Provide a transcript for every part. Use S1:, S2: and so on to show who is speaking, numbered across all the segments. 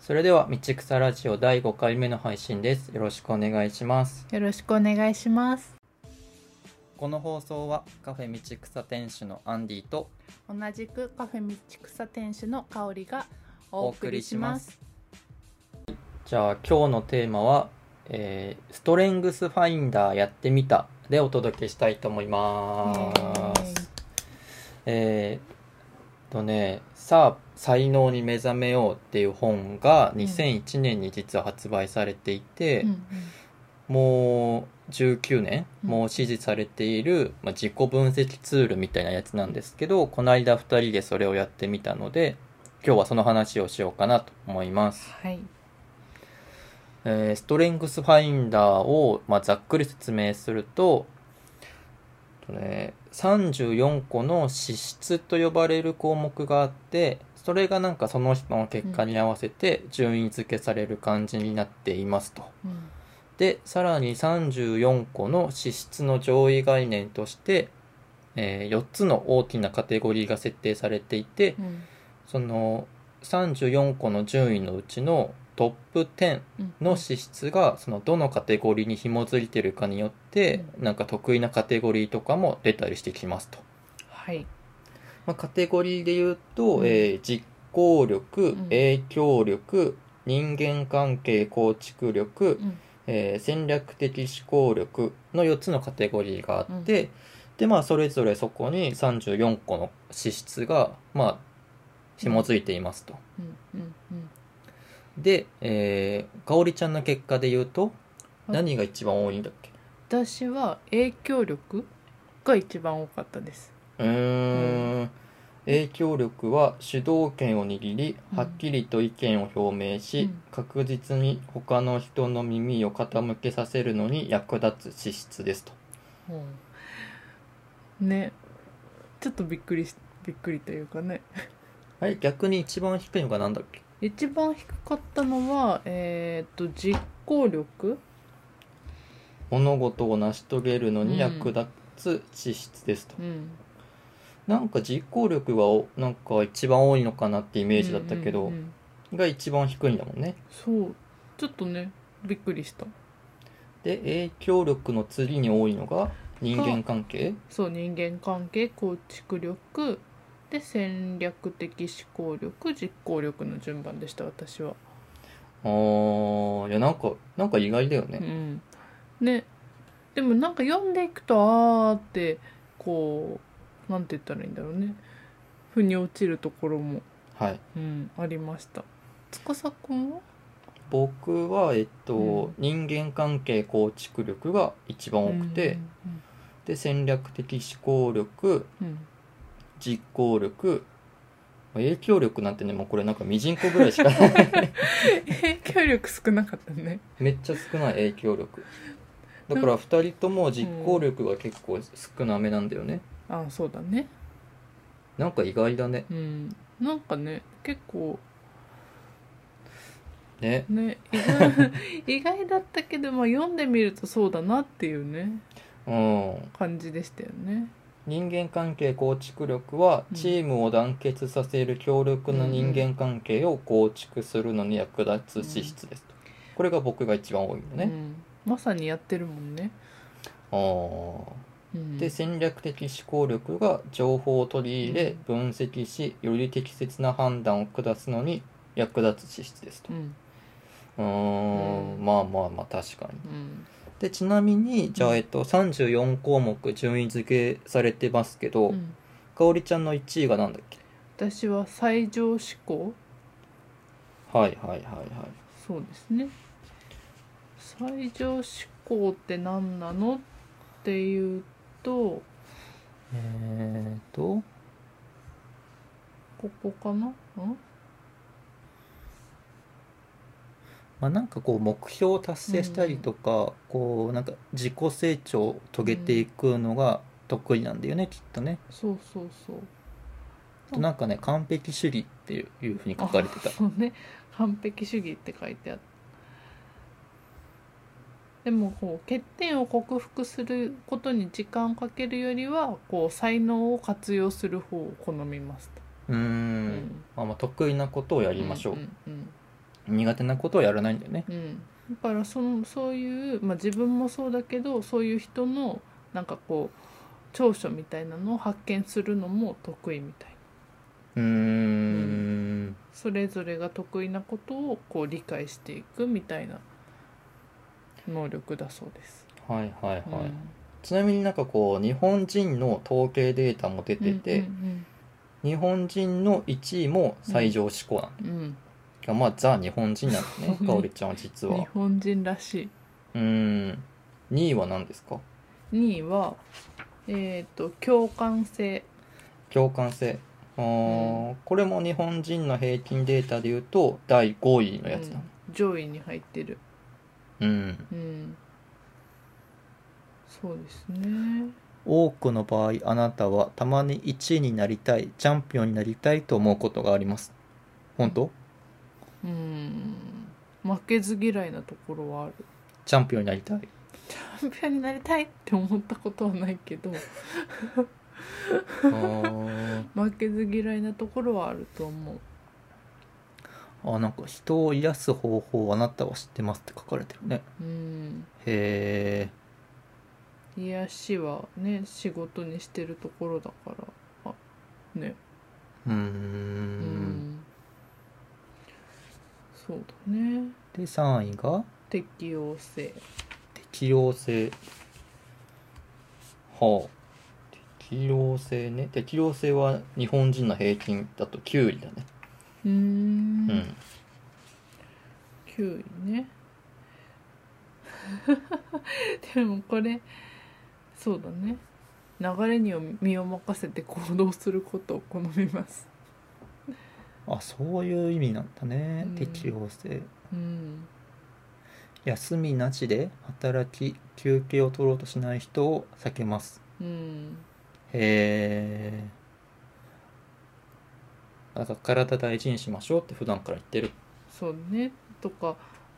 S1: それでは、道草ラジオ第5回目の配信です。よろしくお願いします。
S2: よろしくお願いします。
S1: この放送は、カフェ道草店主のアンディと
S2: 同じくカフェ道草店主の香りが
S1: お
S2: お
S1: 送
S2: 送
S1: り
S2: り
S1: し
S2: し
S1: ま
S2: ますす。
S1: じゃあ今日のテーマは、えーストレングスファインダーやってみたでお届けしたいと思います。えー、とね、さあ才能に目覚めようっていう本が
S2: ん
S1: 2001年に実は発売されていて、
S2: うんうん
S1: もう19年
S2: うん
S1: もう支持されている、まあ、自己分析ツールみたいなやつなんですけど、この間2人でそれをやってみたので、今日はその話をしようかなと思います。
S2: はい。
S1: えーストレングスファインダーを、まあ、ざっくり説明すると、えっとね、34個の資質と呼ばれる項目があってそれがなんかその人の結果に合わせて順位付けされる感じになっていますと。
S2: うん
S1: でさらに34個の資質の上位概念として、え4つの大きなカテゴリーが設定されていて、
S2: うん
S1: その34個の順位のうちのトップ10
S2: うん
S1: の資質がそのどのカテゴリーに紐づいてるかによってなんか得意なカテゴリーとかも出たりしてきますと、
S2: はい。
S1: まあ、カテゴリーで言うと、
S2: うん
S1: えー実行力
S2: ん
S1: 影響力人間関係構築力、
S2: うん
S1: えー戦略的思考力の4つのカテゴリーがあって、でまあそれぞれそこに34個の資質がまあ紐づいていますと。
S2: うんうんうん
S1: で、えー、かおりちゃんの結果で言うと
S2: い
S1: 何が一番多いんだっけ
S2: 私は影響力が一番多かったです。
S1: うーん影響力は主導権を握り
S2: うん
S1: はっきりと意見を表明し、
S2: うん
S1: 確実に他の人の耳を傾けさせるのに役立つ資質ですと。
S2: ね、ちょっとびっくりしびっくりというかね。
S1: あれ逆に一番低いのが何だっけ
S2: 一番低かったのはえっと実行力。
S1: 物事を成し遂げるのに役立つ資質ですと、
S2: うん。
S1: なんか実行力がおなんか一番多いのかなってイメージだったけど、
S2: うんうんうん
S1: が一番低いんだもんね
S2: そうちょっとねびっくりした
S1: で影響力の次に多いのが人間関係
S2: そう人間関係構築力で戦略的思考力実行力の順番でした私は、
S1: あーいやなんかなんか意外だよ
S2: う
S1: ね、
S2: ん、ねでもなんか読んでいくとあーってこうなんて言ったらいいんだろうね腑に落ちるところも、
S1: はい
S2: うん、ありました司くんは
S1: 僕はえっと、
S2: うん
S1: 人間関係構築力が一番多くて、で戦略的思考力
S2: うんうん
S1: 実行力影響力なんてねもうこれなんかミジンコぐらいしかない
S2: うん、影響力少なかったね
S1: めっちゃ少ない影響 力だから2人とも実行力が結構少なめなんだよね、
S2: あーそうだね
S1: なんか意外だね
S2: うんなんかね結構
S1: ね
S2: ね意 外意外だったけど、まあ、読んでみるとそうだなっていうね
S1: うん
S2: 感じでしたよね。
S1: 人間関係構築力は
S2: うん
S1: チームを団結させる強力な人間関係を構築するのに役立つ資質ですと、これが僕が一番多いの
S2: う
S1: ね、
S2: ん、まさにやってるもんね。
S1: あー
S2: うん、
S1: で戦略的思考力が情報を取り入れ分析しより適切な判断を下すのに役立つ資質ですと
S2: うん
S1: うーん
S2: うん
S1: まあまあまあ確かに
S2: うん
S1: でちなみにじゃ
S2: う
S1: あ
S2: ん
S1: えっと34項目順位付けされてますけど、
S2: うん、
S1: かおりちゃんの1位が何だっけ
S2: 私は最上志向
S1: はいはいはいはい
S2: そうですね。最上志向って何なのっていうと
S1: えーと、
S2: ここかな？ん
S1: まあ、なんかこう目標を達成したりとか、こうなんか自己成長を遂げていくのが得意なんだよね、きっとね
S2: そうそうそう。
S1: あとなんかね完璧主義っていういうふうに書かれてた
S2: あそうね完璧主義って書いてあったでもこう欠点を克服することに時間をかけるよりはこう才能を活用する方を好みますと
S1: うーん
S2: うん
S1: まあ、まあ得意なことをやりましょう、
S2: んうん
S1: う苦手なことはやらないんだよね。
S2: うん、だからそのそういう、まあ、自分もそうだけどそういう人のなんかこう長所みたいなのを発見するのも得意みたいう
S1: ーん。
S2: なそれぞれが得意なことをこう理解していくみたいな能力だそうです。
S1: はいはいはい。
S2: うん
S1: ちなみになんかこう、日本人の統計データも出てて、
S2: うん
S1: 日本人の1位も最上志向なんだ
S2: うんうん
S1: がまあ、ザ日本人なんですね
S2: う。ん
S1: かおりちゃんは実
S2: 日
S1: は。
S2: 本人らしいう
S1: ーん。2位は何ですか
S2: 2位は、えー、と共感性
S1: 共感性。あーこれも日本人の平均データで言うと、第5位のやつだ。
S2: うん上位に入ってる、
S1: うん
S2: うん、そうですね
S1: 多くの場合あなたはたまに1位になりたいチャンピオンになりたいと思うことがあります本当
S2: うん負けず嫌いなところはある
S1: チャンピオンになりたい
S2: チャンピオンになりたいって思ったことはないけど
S1: あー
S2: 負けず嫌いなところはあると思う
S1: あなんか人を癒す方法をあなたは知ってますって書かれてるね
S2: うん
S1: へえ
S2: 癒しはね仕事にしてるところだからあね
S1: うーん
S2: うんそうだね
S1: で3位が
S2: 適応性
S1: 適応性はあ適応性ね適応性は日本人の平均だと9位だね
S2: うーん
S1: うん
S2: 9位ね でもこれそうだね流れに身を任せて行動することを好みます
S1: あそういう意味なんだね、
S2: うん
S1: 適応性
S2: うん
S1: 休みなしで働き休憩を取ろうとしない人を避けます
S2: うん
S1: へえなんか体大事にしましょうって普段から言ってる
S2: そうねとか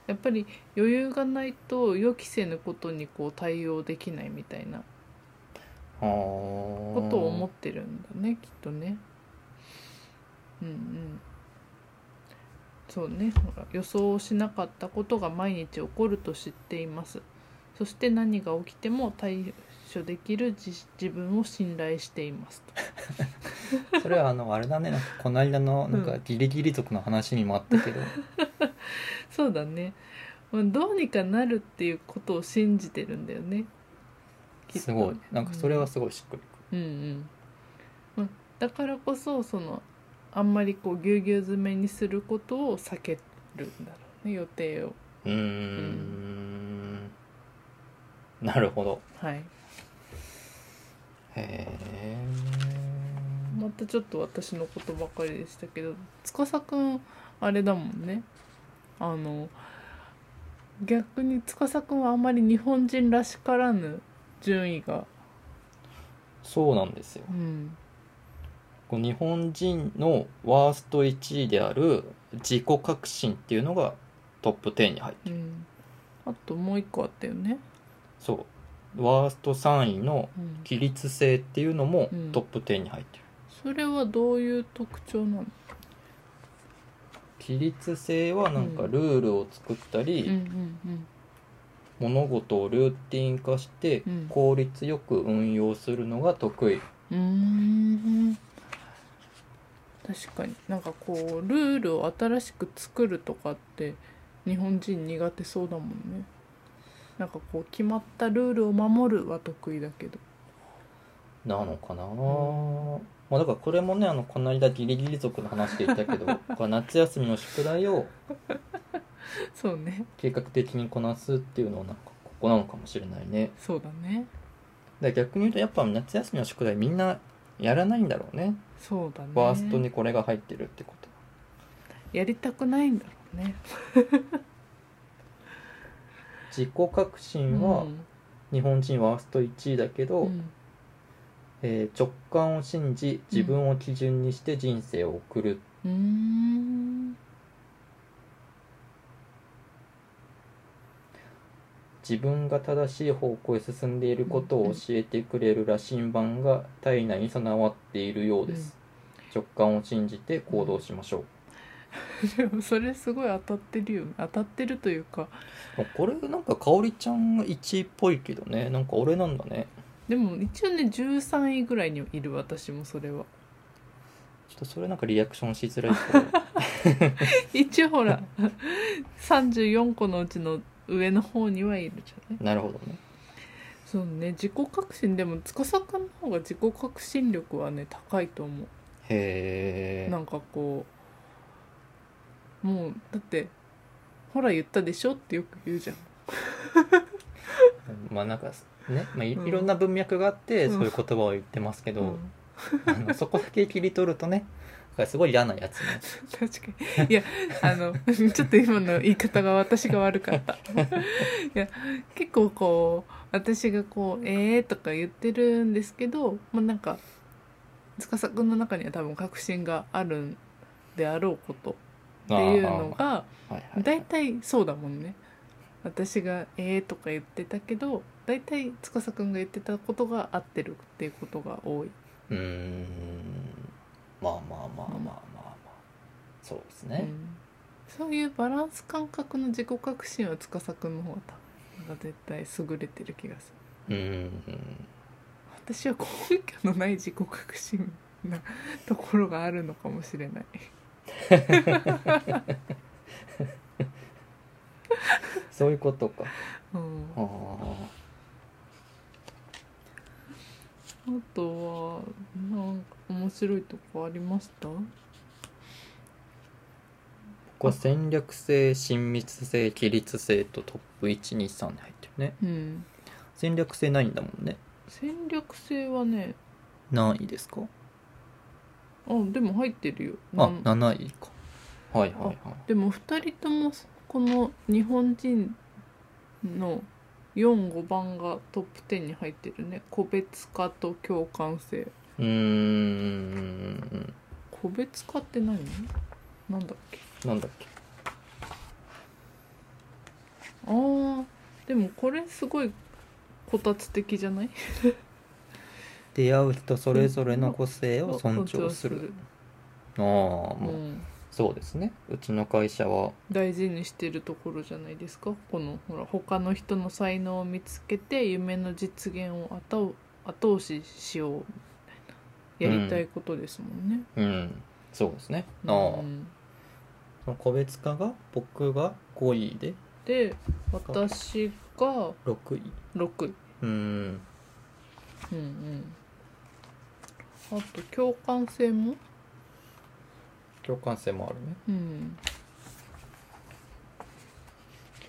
S2: やっぱり余裕がないと予期せぬことにこう対応できないみたいな
S1: あ
S2: ことを思っ
S1: 思
S2: てるんだねきっとねうんうんそうねほら予想しなかったことが毎日起こると知っていますそして何が起きても対処できる自自分を信頼していますと
S1: それはあのあれだねなんかこの間のなん
S2: う
S1: かギリギリ族の話にもあったけど、
S2: そうだねまあどうにかなるっていうことを信じてるんだよね きっと
S1: すごいなんかそれはすごいしっくり
S2: うんうんまあ、だからこそそのあんまりこうぎゅうぎゅう詰めにすることを避けるんだろうね予定を
S1: くるうーんなるほど
S2: はい
S1: へえ
S2: またちょっと私のことばかりでしたけど司くんあれだもんねあの逆に司くんはあんまり日本人らしからぬ順位が
S1: そうなんですよ
S2: うん
S1: こう日本人のワースト1位である自己革新っていうのがトップ10に入る
S2: うんあともう一個あったよね
S1: そうワースト3位の
S2: うん
S1: 規律性っていうのも
S2: うん
S1: トップ10に入ってる、
S2: それはどういう特徴なの
S1: 規律性はなんか
S2: うん
S1: ルールを作ったり、
S2: うんうん
S1: 物事をルーティン化して
S2: うん
S1: 効率よく運用するのが得意、
S2: うーん確かになんかこうルールを新しく作るとかって日本人苦手そうだもんねなんかこう決まったルールを守るは得意だけど
S1: なのかな、
S2: ん
S1: まあ、だからこれもねあのこの間ギリギリ族の話で言ったけ どこれ夏休みの宿題を
S2: そうね
S1: 計画的にこなすっていうのはなんかここなのかもしれないね
S2: そうだね
S1: だから逆に言うとやっぱ夏休みの宿題みんなやらないんだろうね
S2: そうだね
S1: ワーストにこれが入ってるってこと
S2: やりたくないんだろうね
S1: 自己革新は
S2: うん
S1: 日本人ワースト1位だけど、
S2: うん
S1: えー直感を信じ自分を基準にして人生を送る、
S2: うーん
S1: 自分が正しい方向へ進んでいることを教えてくれる羅針盤が体内に備わっているようです、直感を信じて行動しましょう
S2: でもそれすごい当たってるよね当たってるというか
S1: これなんか香りちゃんが1位っぽいけどねなんか俺なんだね
S2: でも一応ね13位ぐらいにいる私もそれは
S1: ちょっとそれなんかリアクションしづらいけど
S2: 一応ほら34個のうちの上の方にはいるじゃない
S1: なるほどね
S2: そうね自己革新でも司くんの方が自己革新力はね高いと思う
S1: へ
S2: なんかこうもうだってほら言ったでしょってよく言うじゃん
S1: えまあなんかね、まあ、い
S2: うん
S1: いろんな文脈があって
S2: うん
S1: そういう言葉を言ってますけど、
S2: ん
S1: あのそこだけ切り取るとねなんかすごい嫌なやつね
S2: 確かにいやあの ちょっと今の言い方が私が悪かった いや結構こう私がこう「えー」とか言ってるんですけどまあなんか司君の中には多分確信があるんであろうことっていうのが
S1: あーはいはい
S2: 大体そうだもんね私が「えー」とか言ってたけど大体司君が言ってたことが合ってるっていうことが多い。
S1: うーんまあまあまあまあまあまあそうです
S2: う
S1: ね、
S2: んそういうバランス感覚の自己革新は司くんの方が多分なんか絶対優れてる気がする
S1: うーん
S2: 私は根拠のない自己革新なところがあるのかもしれない
S1: そういうことか
S2: うん
S1: あ
S2: あ
S1: ー
S2: とはなんか面白いとこありました
S1: ここは戦略性親密性規律性とトップ123に入ってるね
S2: うん
S1: 戦略性ないんだもんね
S2: 戦略性はね
S1: 何位ですか
S2: あでも入ってるよ
S1: あ
S2: なん
S1: 7位かはいはいはい
S2: でも2人ともこの日本人の45番がトップ10に入ってるね個別化と共感性
S1: うーん
S2: 個別化って何なんだっけ
S1: なんだっけ
S2: あーでもこれすごいこたつ的じゃない
S1: 出会う人それぞれの個性を尊重するああ
S2: う
S1: もう、
S2: ん、
S1: そうですねうちの会社は
S2: 大事にしてるところじゃないですかこのほら他の人の才能を見つけて夢の実現を後後押ししようみたいなやりたいことですもんね、
S1: うんそうですねああ、
S2: うん
S1: その個別化が僕が5位で
S2: で私が
S1: 6位
S2: 6位
S1: うーん
S2: うんうんあと共感性も
S1: 共感性もあるね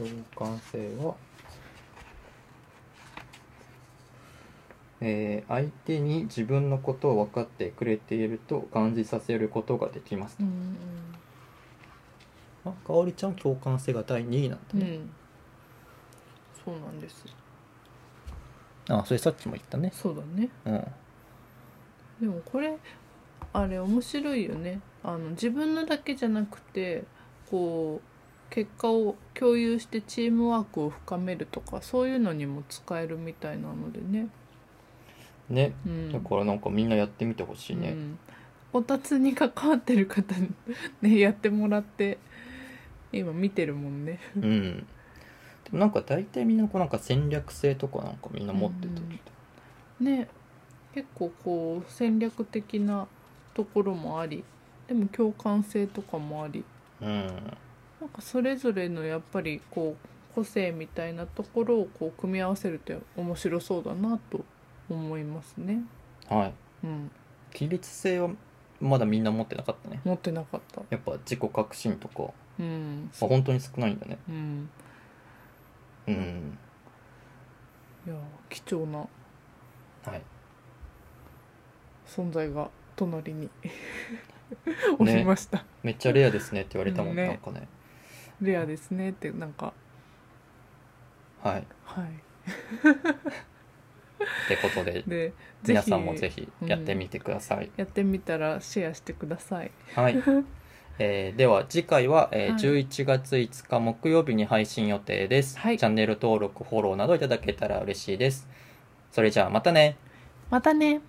S2: う
S1: 共
S2: ん
S1: 感性は、えー相手に自分のことを分かってくれていると感じさせることができます
S2: う、ん
S1: あかおりちゃん共感性が第2位なん
S2: う
S1: だ
S2: んう
S1: ね、
S2: んそうなんです
S1: あそれさっきも言ったね
S2: そうだね
S1: うん
S2: でもこれあれ面白いよねあの自分のだけじゃなくてこう結果を共有してチームワークを深めるとかそういうのにも使えるみたいなのでね、
S1: ね
S2: うん、
S1: だからなんかみんなやってみてほしいね、
S2: うん、こたつに関わってる方にね やってもらって今見てるもんね
S1: うん。でもなんか大体みんなこうなんか戦略性とかなんかみんな持ってて、
S2: うんね結構こう戦略的なところもありでも共感性とかもあり
S1: うん、
S2: なんかそれぞれのやっぱりこう個性みたいなところをこう組み合わせるって面白そうだなと思いますね。
S1: はい。
S2: うん、
S1: 規律性はまだみんな持ってなかったね。
S2: 持ってなかった。
S1: やっぱ自己革新とか、
S2: うん、
S1: まあ、本当に少ないんだね。
S2: うん、
S1: うん。
S2: いや貴重な
S1: はい。
S2: 存在が隣におりました、
S1: めっちゃレアですねって言われたもん、
S2: うんね
S1: なんかね。
S2: レアですねってなんか
S1: はい。
S2: は
S1: ってことで
S2: い、で
S1: 皆さんもぜ
S2: ひ
S1: ひやってみてください。
S2: やってみたらシェアしてください
S1: はい。 えーでは次回は、えー
S2: はい
S1: 11月5日木曜日に配信予定です、
S2: はい
S1: チャンネル登録フォローなどいただけたら嬉しいですそれじゃあまたね
S2: またね